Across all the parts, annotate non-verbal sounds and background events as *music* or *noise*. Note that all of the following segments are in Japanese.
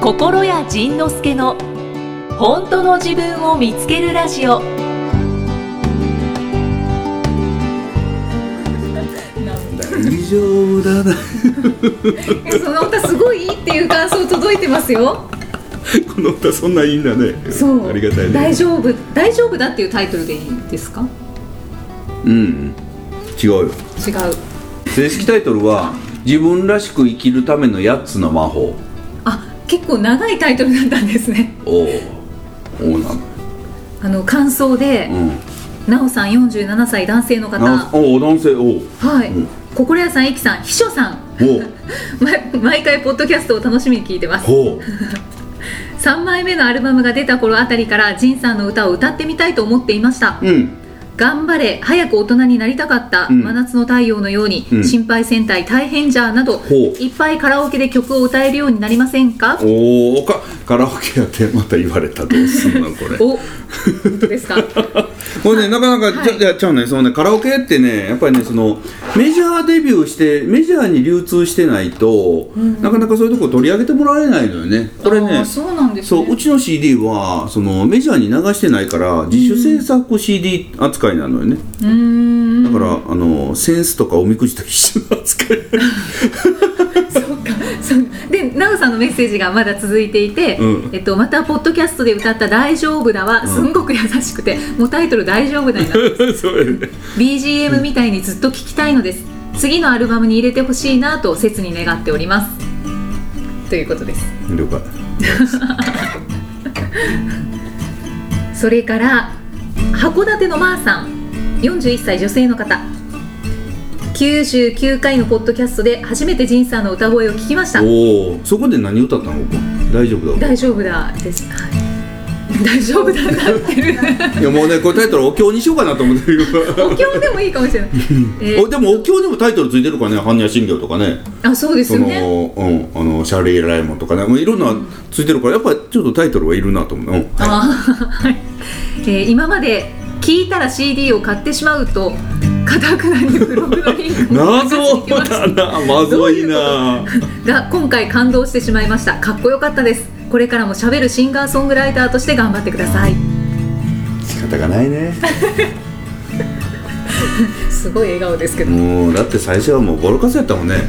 心谷仁之助の本当の自分を見つけるラジオ大丈夫だなえその歌すごいいいっていう感想届いてますよ *laughs* この歌そんないいんだねそうありがたいね大丈夫大丈夫だっていうタイトルでいいですかうん違うよ違う正式タイトルは「自分らしく生きるための8つの魔法あ結構長いタイトルだったんですね」おおおおなのあの感想でうなおさん47歳男性のん方なおお男性おうはい、うん心屋さん、いきさん、秘書さん、おうま毎回、ポッドキャストを楽しみに聞いてます、ほ3枚目のアルバムが出た頃あたりから、仁さんの歌を歌ってみたいと思っていました、ううん頑張れ、早く大人になりたかった、うん真夏の太陽のように、うん心配戦隊、大変じゃなど、ほういっぱいカラオケで曲を歌えるようになりませんかおおかカラオケやってまた言われたどうすんのこ *laughs* れお本当ですか、これねなかなか、はいちゃいやっちゃうねそのねカラオケってねやっぱりねそのメジャーデビューしてメジャーに流通してないと、なかなかそういうとこ取り上げてもらえないのよね *laughs* これあねーそうなんですそうねうちの CD はそのメジャーに流してないから自主制作 CD 扱いなのよね、うーんだからあのセンスとかおみくじと一緒の扱い *laughs* そうで奈緒さんのメッセージがまだ続いていて、うんえっと、またポッドキャストで歌った「大丈夫だは」すんごく優しくてもうタイトル「大丈夫だ」に *laughs* なるそうやね BGM みたいにずっと聴きたいのです次のアルバムに入れてほしいなと切に願っておりますということです了解それから函館のまーさん41歳女性の方99回のポッドキャストで初めて仁さんの歌声を聞きましたおおそこで何歌ったの僕大丈夫だ大丈夫だです、はい、大丈夫だなってるいやもうねこれタイトルお経にしようかなと思ってるお経でもいいかもしれない、えーおでもお経にもタイトルついてるからね般若心経とかねあそうですそよの、ねうん、あのシャーリー・ライモンとかねもういろんなついてるからやっぱりちょっとタイトルはいるなと思う、うんはいあーはいえー今まで聞いたら CD を買ってしまうとかたくなにブログのリンクを探してい謎きましただなまずいなが今回感動してしまいましたかっこよかったですこれからも喋るシンガーソングライターとして頑張ってください仕方がないねすごい笑顔ですけどもうだって最初はもうボロカスやったもんねあ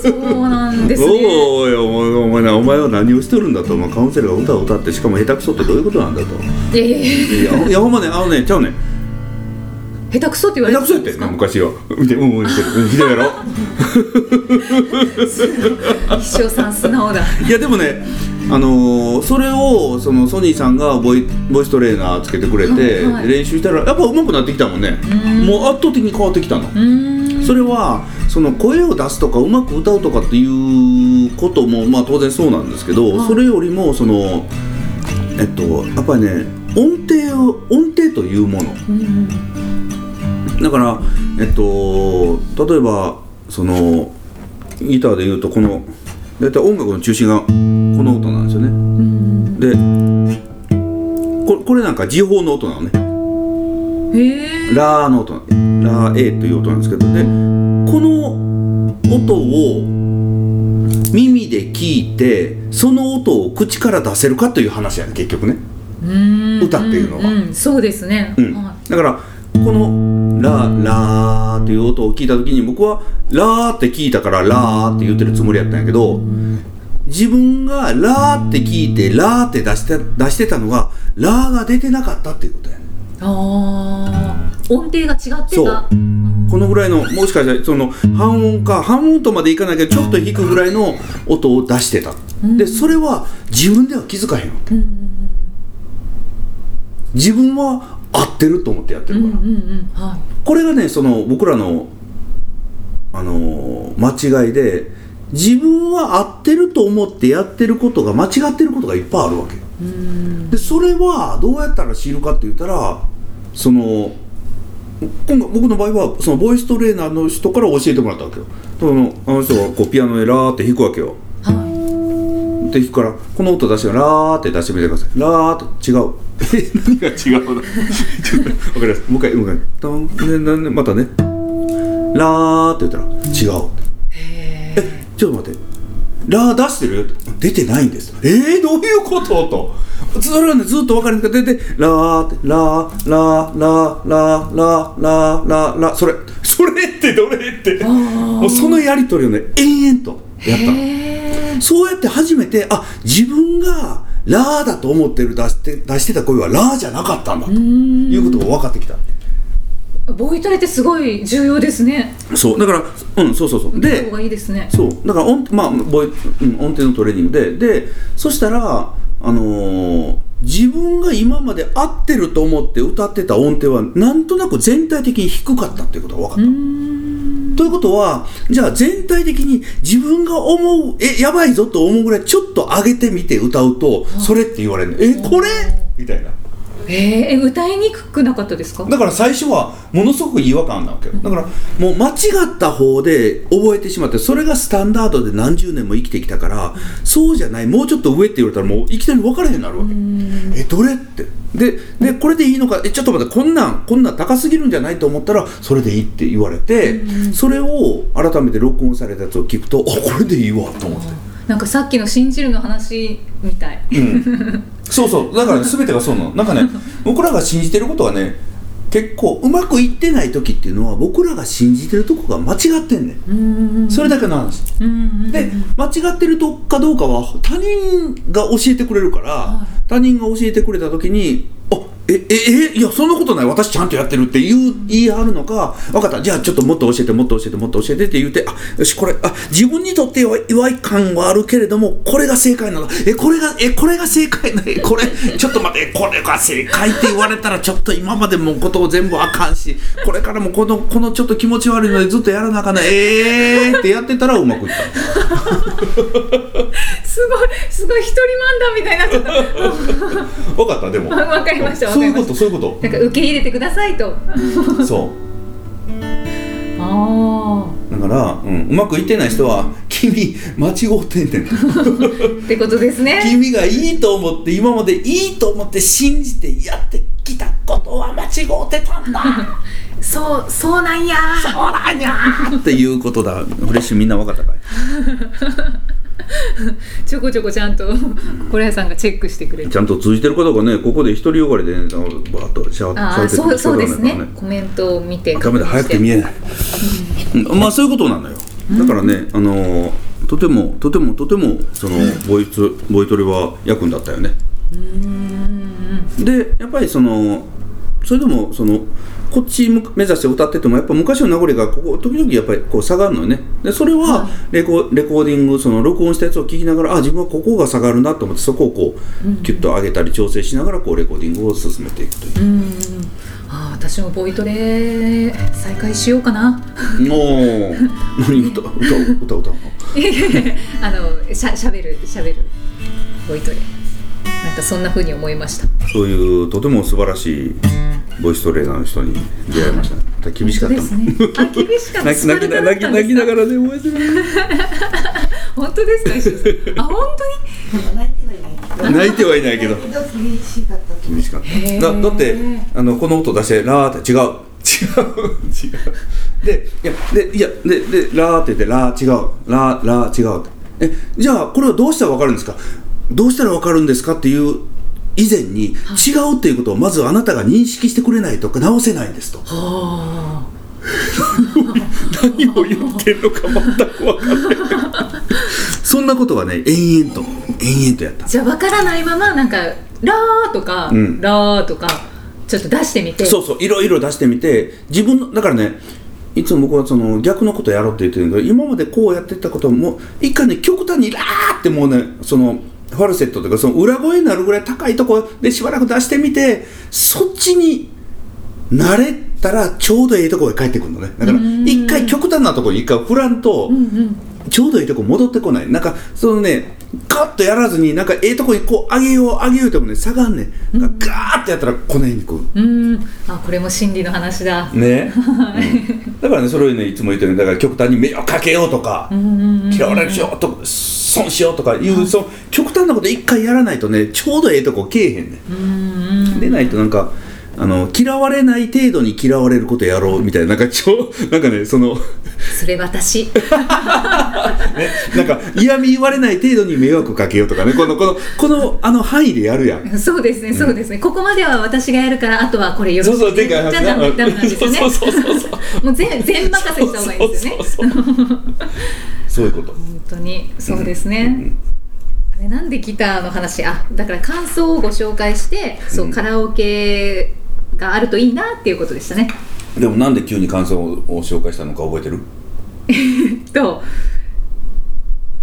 そうなんですねおおよお前お前なお前は何をしとるんだと、まあ、カウンセラーが歌を歌ってしかも下手くそってどういうことなんだといやいやいやいやいやほんまねあのねちゃうね下手くそって言わ下れ手てくそたやっんたでよすね昔かは見てうんうん見てるうんひどいやろ一生さん素直だいやでもね、あのーそれをそのソニーさんがボイボイストレーナーつけてくれて、はいはい練習したらやっぱ上手くなってきたもんねもう圧倒的に変わってきたのうーんそれはその声を出すとかうまく歌うとかっていうことも、まあ、当然そうなんですけど、はいそれよりもそのえっとやっぱりね音程を音程というものうんだからえっと例えばそのギターで言うとこの大体音楽の中心がこの音なんですよね。うんでここれなんか時報の音なのねうんへえラーの音ラー A という音なんですけどでこの音を耳で聞いてその音を口から出せるかという話やね結局ね、歌歌っていうのはん、そうですね、うんはだからこのラーラーという音を聞いた時に僕はラーって聞いたからラーって言ってるつもりやったんやけど自分がラーって聞いてラーって出して出してたのがラーが出てなかったっていうことやねいあー音程が違ってたそうこのぐらいのもしかしたらその半音か半音とまでいかないけどちょっと低くぐらいの音を出してた、うんでそれは自分では気づかへんわけうんうん自分は合ってると思ってやってうんるうかんら、うんはこれがねその僕らのあのー間違いで自分は合ってると思ってやってることが間違ってることがいっぱいあるわけいうんでそれはどうやったら知るかって言ったらその今回僕の場合はそのボイストレーナーの人から教えてもらったわけよそのあの人がこうピアノでラーって弾くわけよはで弾くからこの音出してラーって出してみてくださいラーって違うえ何が違うのちょっと分かりますもう一回もう一回トンでなんでまたねラーって言ったら違ういへえちょっと待ってラー出してる出てないんですえー、どういうこととそれはねずっと分かるんですけどででラーってラーラーラーラーラーラーラーラーそれそれってどれってもうそのやり取りをね延々とやったのへえそうやって初めてあ自分がラーだと思ってる出して出してた声はラーじゃなかったんだということが分かってきたボイトレってすごい重要ですねそうだからうんそうそうそう受けたで方がいいですねそうだから音,、まあボイうん、音程のトレーニングででそしたら、あのー自分が今まで合ってると思って歌ってた音程はなんとなく全体的に低かったっていうことが分かった。ということはじゃあ全体的に自分が思うえやばいぞと思うぐらいちょっと上げてみて歌うとそれって言われるのえこれみたいなええ歌いにくくなかったですかだから最初はものすごく違和感なわけよだからもう間違った方で覚えてしまってそれがスタンダードで何十年も生きてきたからそうじゃないもうちょっと上って言われたらもういきなり分からへんようになるわけえどれってででこれでいいのかえちょっと待ってこんなんこんなん高すぎるんじゃないと思ったらそれでいいって言われてそれを改めて録音されたやつを聞くとあこれでいいわと思って。なんかさっきの信じるの話みたいうん、そうそうだから、ね、全てがそうなのなんか *laughs* ね僕らが信じてることはね結構うまくいってない時っていうのは僕らが信じてるとこが間違ってんねんうんそれだけの話うんで間違ってるとかどうかは他人が教えてくれるから他人が教えてくれた時に「あえええいやそんなことない私ちゃんとやってる」って言う言い張るのか「分かったじゃあちょっともっと教えてもっと教えてもっと教えて」って言うて「あよしこれあ自分にとっては違和感はあるけれどもこれが正解なのえこれがえこれが正解なえこれちょっと待ってこれが正解って言われたらちょっと今までもことを全部あかんしこれからもこのこのちょっと気持ち悪いのでずっとやらなあかんないえーってやってたらうまくいった。すごいすごい一人漫談みたいになっちゃった分かったでもわかりましたそういうこわかりとそういうこなんか受け入れてくださいとと *laughs* そあうだから、うん、うまくいってない人は「君間違うてんねん」あってことです「ね *laughs* 君がいいと思って今までいいと思って信じてやってきたことは間違うてたんだそうそうなんやーそうなんや」 *laughs* っていうことだフレッシュみんな分かったかいちょこちょこちゃんとコレアさんがチェックしてくれてちゃんと通じてることがねここで独りよがりでねバーッとしゃああそうそうですねコメントを見てダメだ早くて見えない、うんまあそういうことなのよだからね、あのーとてもとてもとてもそのボイツボイトレは役に立ったよねでやっぱりそのそれでもそのこっち向目指して歌っててもやっぱ昔の名残がここ時々やっぱりこう下がるのよねでそれはレコレコーディングその録音したやつを聞きながらあ自分はここが下がるなと思ってそこをこうキュッと上げたり調整しながらこうレコーディングを進めていくといううんうんああ私もボイトレ再開しようかな *laughs* おお *laughs* 何歌歌歌歌うのいやいやいやあのしゃしゃべるしゃべるボイトレなんかそんな風に思いましたそういうとても素晴らしいボイストレーナーの人に出会いましたね。ただ厳しかったもん。本当ですねあ厳しかった泣き泣き泣き泣きながらね、おやすみ。本当ですか石田さんあ本当に泣いてはいない。 *laughs* 泣いてはいないけどだ。けど厳しかったと思厳う。しかっへーた。だだってあのこの音出してラーって違う違う違う。でいやでいやででラーって言ってラー違うラーラー違うって。えじゃあこれをどうしたらわかるんですか。どうしたらわかるんですかっていう以前に違うっていうことをまずあなたが認識してくれないと直せないんですと。あ *laughs* 何を言ってるのか全く分かんないそんなことはね延々と延々とやったあじゃあわからないままなんか「ラー」とか「うんラー」とかちょっと出してみてそうそういろいろ出してみて自分のだからねいつも僕はその逆のことやろうって言ってるんだけど今までこうやってたことも一回ね極端に「ラー!」ってもうねそのファルセットというかその裏声になるぐらい高いとこでしばらく出してみてそっちに慣れたらちょうどいいとこへ帰ってくるのねだから一回極端なとこに一回振らんと、ちょうどいいとこ戻ってこないなんかそのねガッとやらずになんかええとこにこう上げよう上げようともね下がんねんなんかガーってやったらこの辺に来るうんあこれも心理の話だね、うんだからねそれをねいつも言ってるだから極端に迷惑かけようとか嫌われるしようと損しようとかいう、その極端なこと一回やらないとねちょうどええとこけえへんねんでないとなんかあの嫌われない程度に嫌われることやろうみたいななんかちょなんかねそのそれ私ね、なんか嫌味言われない程度に迷惑かけようとかねこのこのこのあの範囲でやるやん。 *laughs* そうですねそうですね、ここまでは私がやるからあとはこれよろしそうそう、くでねかい話じゃあダメダメなんですよねそうそうそうそう。もう全全任せした方がいいですよねそうそうそうそう。そういうこと。本当にそうですね、あれなんでギターの話あだから感想をご紹介してそう、うんカラオケがあるといいなっていうことでしたねでもなんで急に感想を紹介したのか覚えてる？と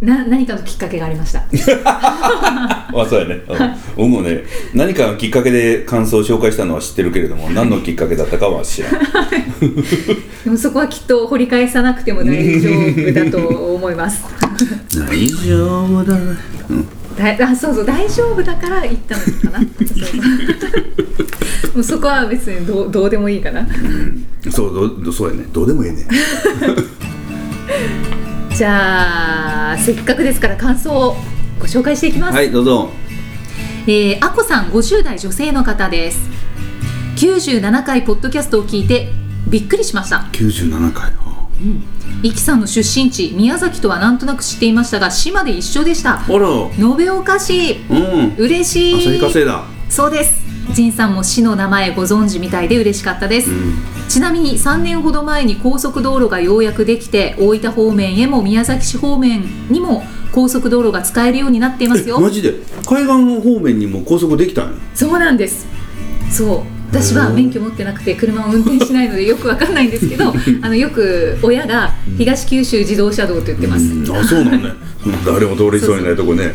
な何かのきっかけがありましたあ、そうやね。うん、僕もね、何かのきっかけで感想を紹介したのは知ってるけれ *laughs* ども、何のきっかけだったかは知らない。でもそこはきっと掘り返さなくても大丈夫だと思います大丈夫だ。うん。だ *laughs* あそうそう大丈夫だから言ったの *laughs* かなそうもうそこは別にどうどうでもいいかなそうどうどうそうやね。どうでもいいね。じゃあせっかくですから感想をご紹介していきます、 *laughs* はい、どうぞ。えー、あこさん50代女性の方です97回ポッドキャストを聞いてびっくりしました九十七回。あいきさんの出身地宮崎とはなんとなく知っていましたが島で一緒でしたら。延岡市うん。嬉し旭化成いだ。そうです仁さんも市の名前ご存知みたいで嬉しかったです、うん。ちなみに3年ほど前に高速道路がようやくできて大分方面へも宮崎市方面にも *laughs* 高速道路が使えるようになっていますえマよジで海岸方面にも高速できたんやそうなんですそう私は免許持ってなくて車を運転しないのでよくわかんないんです *laughs* けどあのよく親が東九州自動車道と言ってます、うんあそうなんねうん誰も通りそうにないとこね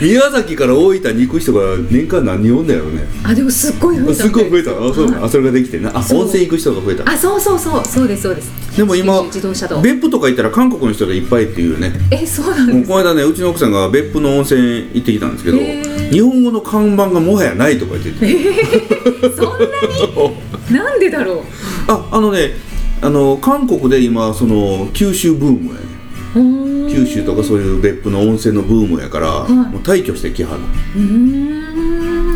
宮崎から大分に行く人が年間何人おんだやろねあでもすっごい増えたんですすごい増えたあそうなんあそれができてなあそう温泉行く人が増えたあそうそうそうそうですそうですでも今九州自動車道別府とか行ったら韓国の人がいっぱいっていうねえそうなんもうですこの間ねうちの奥さんが別府の温泉行ってきたんですけどへー日本語の看板がもはやないとか言っててそんな *laughs* になんでだろうああのねあの韓国で今その九州ブームやね *laughs* うーん九州とかそういう別府の温泉のブームやから、いもう退去してきはるうー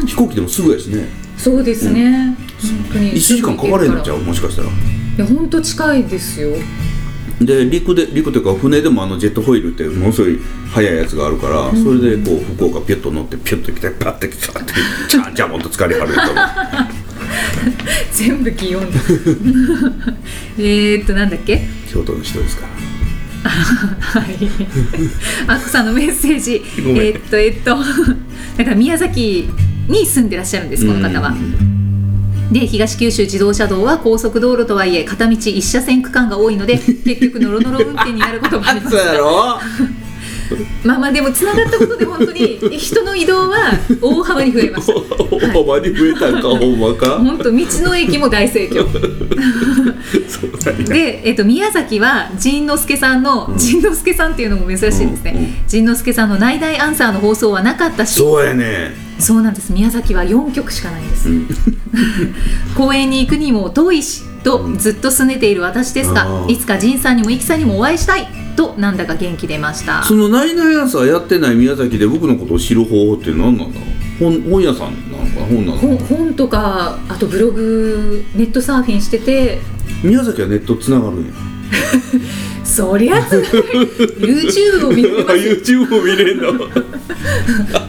ん飛行機でもすぐやしねそうですね、本当に1時間かかれへんのちゃうもしかしたらいや本当近いですよ *laughs* で陸で陸というか船でもあのジェットホイールってものすごい速いやつがあるから、それでこう福岡ピュッと乗ってピュッと来てパッて来たってじゃんじゃんもっと疲れはるやと思う全部気温 *laughs* えーっとなんだっけ京都の人ですから *laughs* はい。あこさんのメッセージ。えごめんーっとえーっと *laughs* だから宮崎に住んでらっしゃるんですこの方は。で東九州自動車道は高速道路とはいえ片道一車線区間が多い *laughs* ので結局ノロノロ運転になることもありますやろまあまあでもつながったことで本当に人の移動は大幅に増えましたほんまに増えたんかほんまか本当道の駅も大盛況そうなんやで、えっと宮崎は陣之助さんの、陣之助さんっていうのも珍しいですね、うんうん陣之助さんの内大アンサーの放送はなかったしそうやねそうなんです宮崎は4局しかないんです、うん *laughs* 公園に行くにも遠いしとずっと拗ねている私ですが、うんいつか仁さんにもイキさんにもお会いしたいとなんだか元気出ましたそのナイナイアンサーやってない宮崎で僕のことを知る方法って何なんだろう本本屋さんなのかな本なのかな本本とかあとブログネットサーフィンしてて宮崎はネットつながるんやそりゃ *laughs* つらい YouTube を見てますよ YouTube 見れんの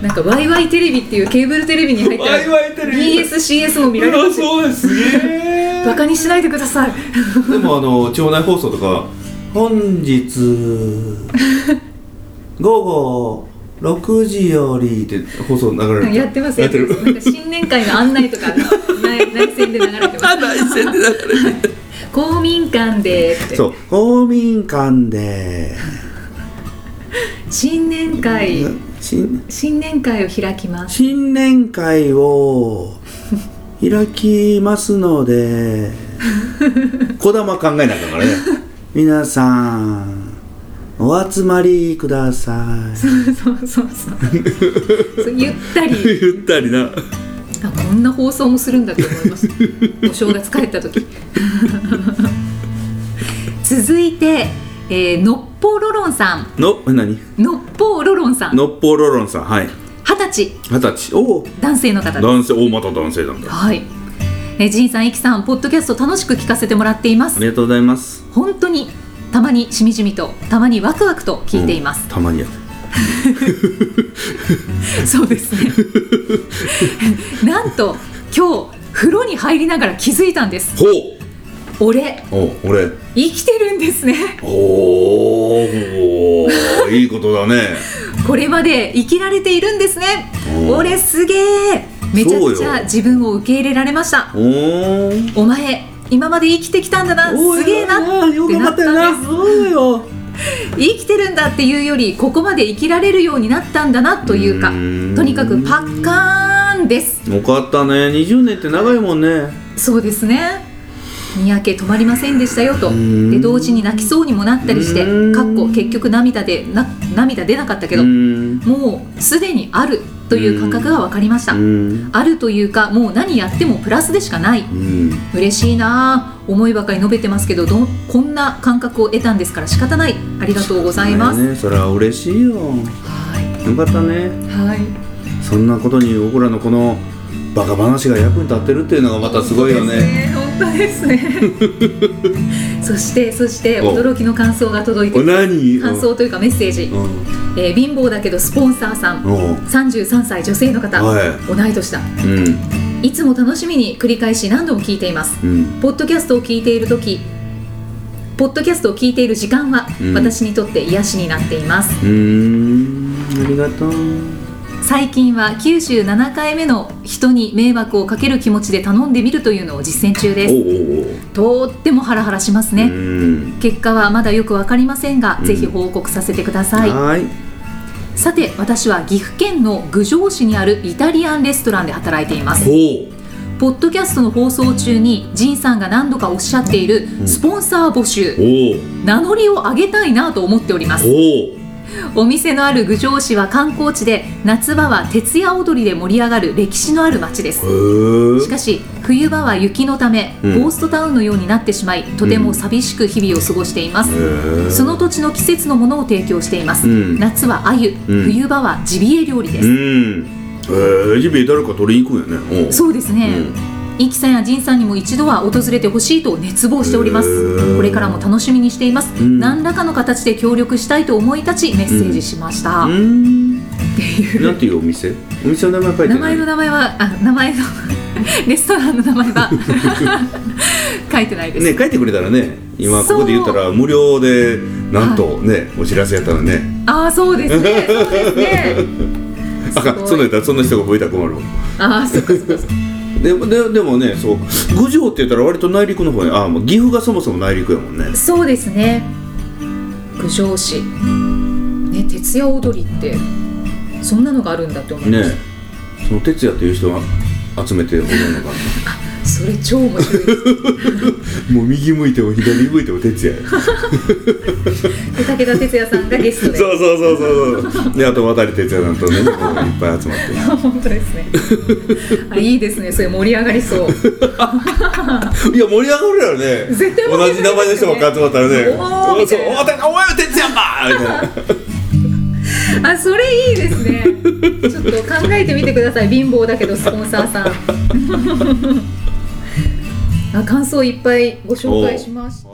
なんかワイワイテレビっていうケーブルテレビに入ったらワイワイテレビ BSCS も見られますようですげバカにしないでくださいでもあの町内放送とか本日午後6時よりって放送流れるやってますややっっててるますなんか新年会の案 *laughs* 内とか内内線で流れてます内線で流れて公民館でってそう公民館で新年会新新年会を開きます新年会を開きますので小玉考えなあかんからね皆さんお集まりくださ *laughs* いそうそうそうそうゆったり言ったりなあこんな放送もするんだと思いましたお正月帰っ *laughs* た時続いて、えー、のっぽうろろんさんの何のっぽうろろんさんのっぽうろろんさんはい二十歳二十歳おお男性の方です男性おまた男性なんだあはいえジンさんイキさんポッドキャスト楽しく聞かせてもらっていますりがとうございます本当にたまにしみじみとたまにワクワクと聞いています、うんたまにやそうです *laughs* ねなんと今日風呂に入りながら気づいたんですほ俺うおう俺生きてるんですねおーいいことだねこれまで生きられているんですねうん俺すげえめちゃくそうちよゃ自分を受け入れられましたおーお前今まで生きてきたんだなすげえなおいよくなったよってなったんなそうよ生きてるんだっていうよりここまで生きられるようになったんだなというかうーんとにかくパッカーンですよかったね20年って長いもんねそうですね三宅止まりませんでしたよとんで同時に泣きそうにもなったりしてうんかっこ結局涙でな涙出なかったけうどんもうすでにあるという感覚が分かりましたうんあるというかもう何やってもプラスでしかないうん嬉しいなあ思いばかり述べてますけどどんこんな感覚を得たんですから仕方ないありがとうございます、ねそれは嬉しいよよはかったねいはいそんなことに僕らのこのバカ話が役に立ってるっていうのがまたすごいよね本当で *laughs* すね本当ですねそしてそしてお驚きの感想が届いておる何感想というかメッセージ、うんえー貧乏だけどスポンサーさんおう33歳女性の方、は同い年だいうんいつも楽しみに繰り返し何度も聞いていますうんポッドキャストを聞いている時ポッドキャストを聞いている時間は、うん私にとって癒しになっていますうーんありがとう最近は97回目の人に迷惑をかける気持ちで頼んでみるというのを実践中おですうおうおうとってもハラハラしますね、うん結果はまだよくわかりませんが、うんぜひ報告させてくださいはいさて私は岐阜県の郡上市にあるイタリアンレストランで働いていますほポッドキャストの放送中にジンさんが何度かおっしゃっているスポンサー募う集おう名乗りを上げたいなと思っておりますほうお店のある郡上市は観光地で夏場は徹夜踊りで盛り上がる歴史のある町ですへしかし冬場は雪のため、うんゴーストタウンのようになってしまいとても寂しく日々を過ごしています、えその土地の季節のものを提供しています、うん夏は鮎、うん冬場はジビエ料理です、うんへえジビエ誰か取りに行くんやねおうそうですね、イキさんやジンさんにも一度は訪れてほしいと熱望しておりまへすーこれからも楽しみにしています、ん何らかの形で協力したいと思い立ちメッセージしました、うんなんていうお店お店の名前書いて名な前いの名前はあ名前の *laughs* レストランの名前は *laughs* 書いてないです、ね書いてくれたらね今こそうこで言ったら無料でなんとねお知らせやったらねああそうですねそうで *laughs* すねあかすごんいそんなんやったらそんな人が増えたら困るわああそっかそっかそっかでででもねそう郡上って言ったら割と内陸の方やあもう岐阜がそもそも内陸やもんねそうですね郡上市ね徹夜踊りってそんなのがあるんだって思いまねしその哲也っていう人が集めて踊るのかなた、それ超面白いで *laughs* すもう右向いても左向いても哲也やで武田鉄矢さんがゲスト *laughs* でそうそうそうそうそう。であと渡哲也さんとね、こういっぱい集まって。 *laughs* 本当ですねあいいですねそれ盛り上がりそういや盛り上がるやろね。絶対盛り同上がりますじよね名前の人が集まったらね。おーみたいなおてお前は哲也か。みたいな。あそれいいですねちょっと考えてみてください貧乏だけどスポンサーさんあ感想いっぱいご紹介しま *laughs* した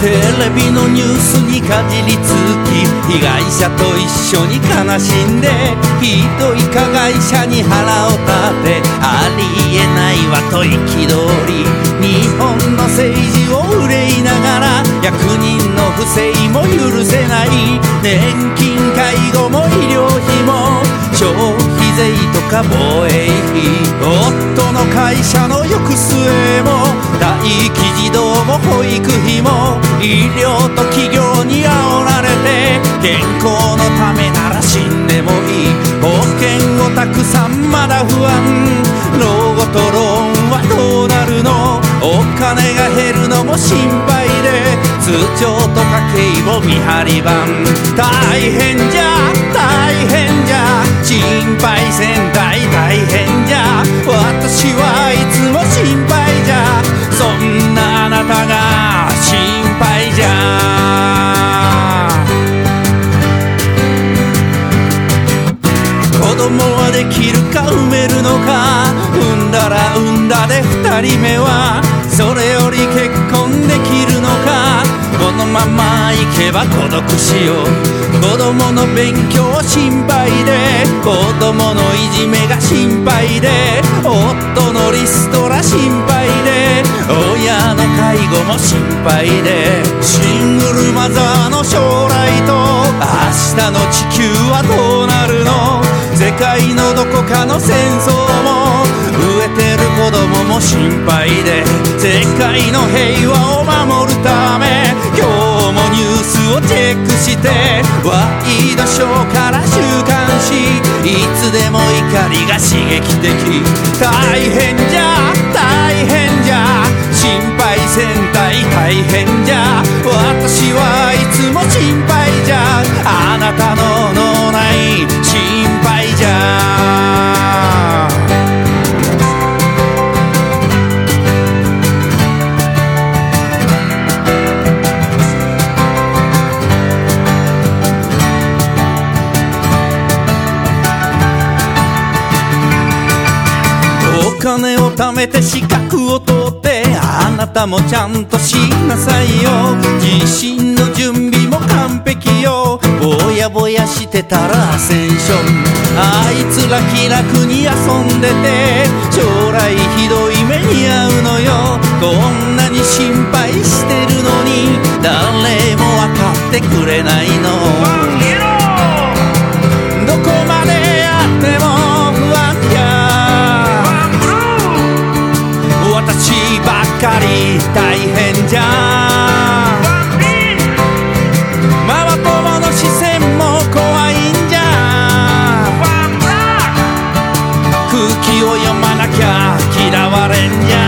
テレビのニュースにかじりつき被害者と一緒に悲しんでひどい加害者に腹を立てありえないわと憤り日本の政治を憂いながら役人の不正も許せない年金介護も医療費も消費税とか防衛費夫の会社の行く末も待機児童も保育費も医療と企業に煽られて健康のためなら死んでもいい保険をたくさんまだ不安老後とローンはどうなるのお金が減るのも心配で通帳と家計も見張り番大変じゃ大変じゃ心配せん大大変じゃ私はいつも心配じゃそんなあなたが心配じゃ子供はできるか産めるのか産んだら産んだで二人目はそれより結婚できるのかこのままいけば孤独しよう子供の勉強心配で子供のいじめが心配で夫のリストラ心配で親の介護も心配でシングルマザーの将来と明日の地球はどうなるの世界のどこかの戦争も飢えてる子供も心配で世界の平和を守るため今日もニュースをチェックしてワイドショーから週刊誌いつでも怒りが刺激的大変じゃ大変じゃ心配せん大大変じゃ私はいつも心配じゃあなたの脳内心配じゃお金を貯めて資格を取ってあなたもちゃんとしなさいよ自身の準備も完璧よぼやぼやしてたらアセンションあいつら気楽に遊んでて将来ひどい目に遭うのよこんなに心配してるのに誰も分かってくれないのどこまでやっても不安じゃ私ばっかり大変じゃママ友の視線も怖いんじゃ空気を読まなきゃ嫌われんじゃ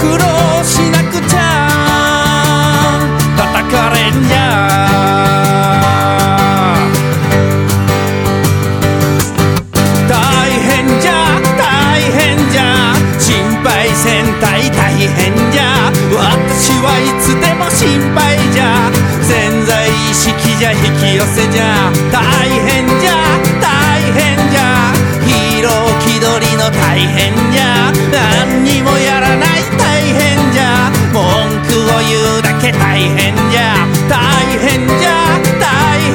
苦労しなくちゃ叩かれんじゃ大変じゃ大変じゃ心配せんたい大変じゃ私はいつでも心配じゃ潜在意識じゃ引き寄せじゃ大変じゃ大変じゃヒーロー気取りの大変じゃ何にもやらない大変じゃ文句を言うだけ大変じゃ大変じゃ大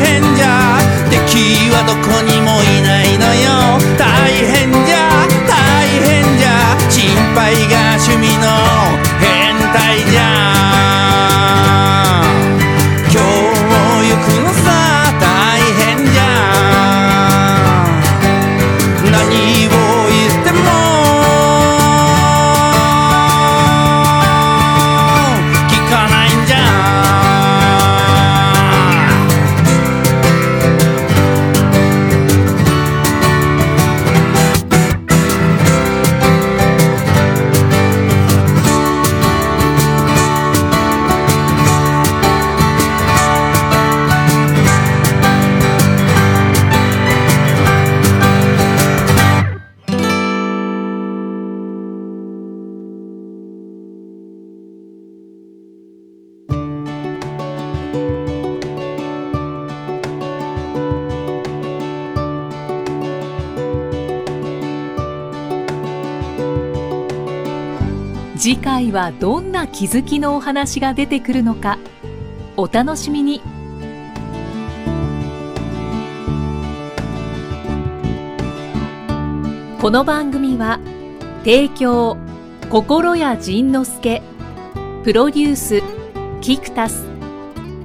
変じゃ敵はどこにもいないのよ大変じゃ大変じゃ心配が趣味の変態じゃ今日も行くのさ大変じゃ何を言っても聞かないんじゃ次回はどんな気づきのお話が出てくるのかお楽しみにこの番組は提供心谷仁之助プロデュースキクタス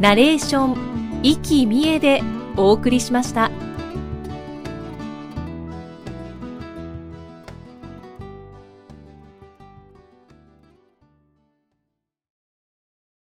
ナレーション生きみえでお送りしました。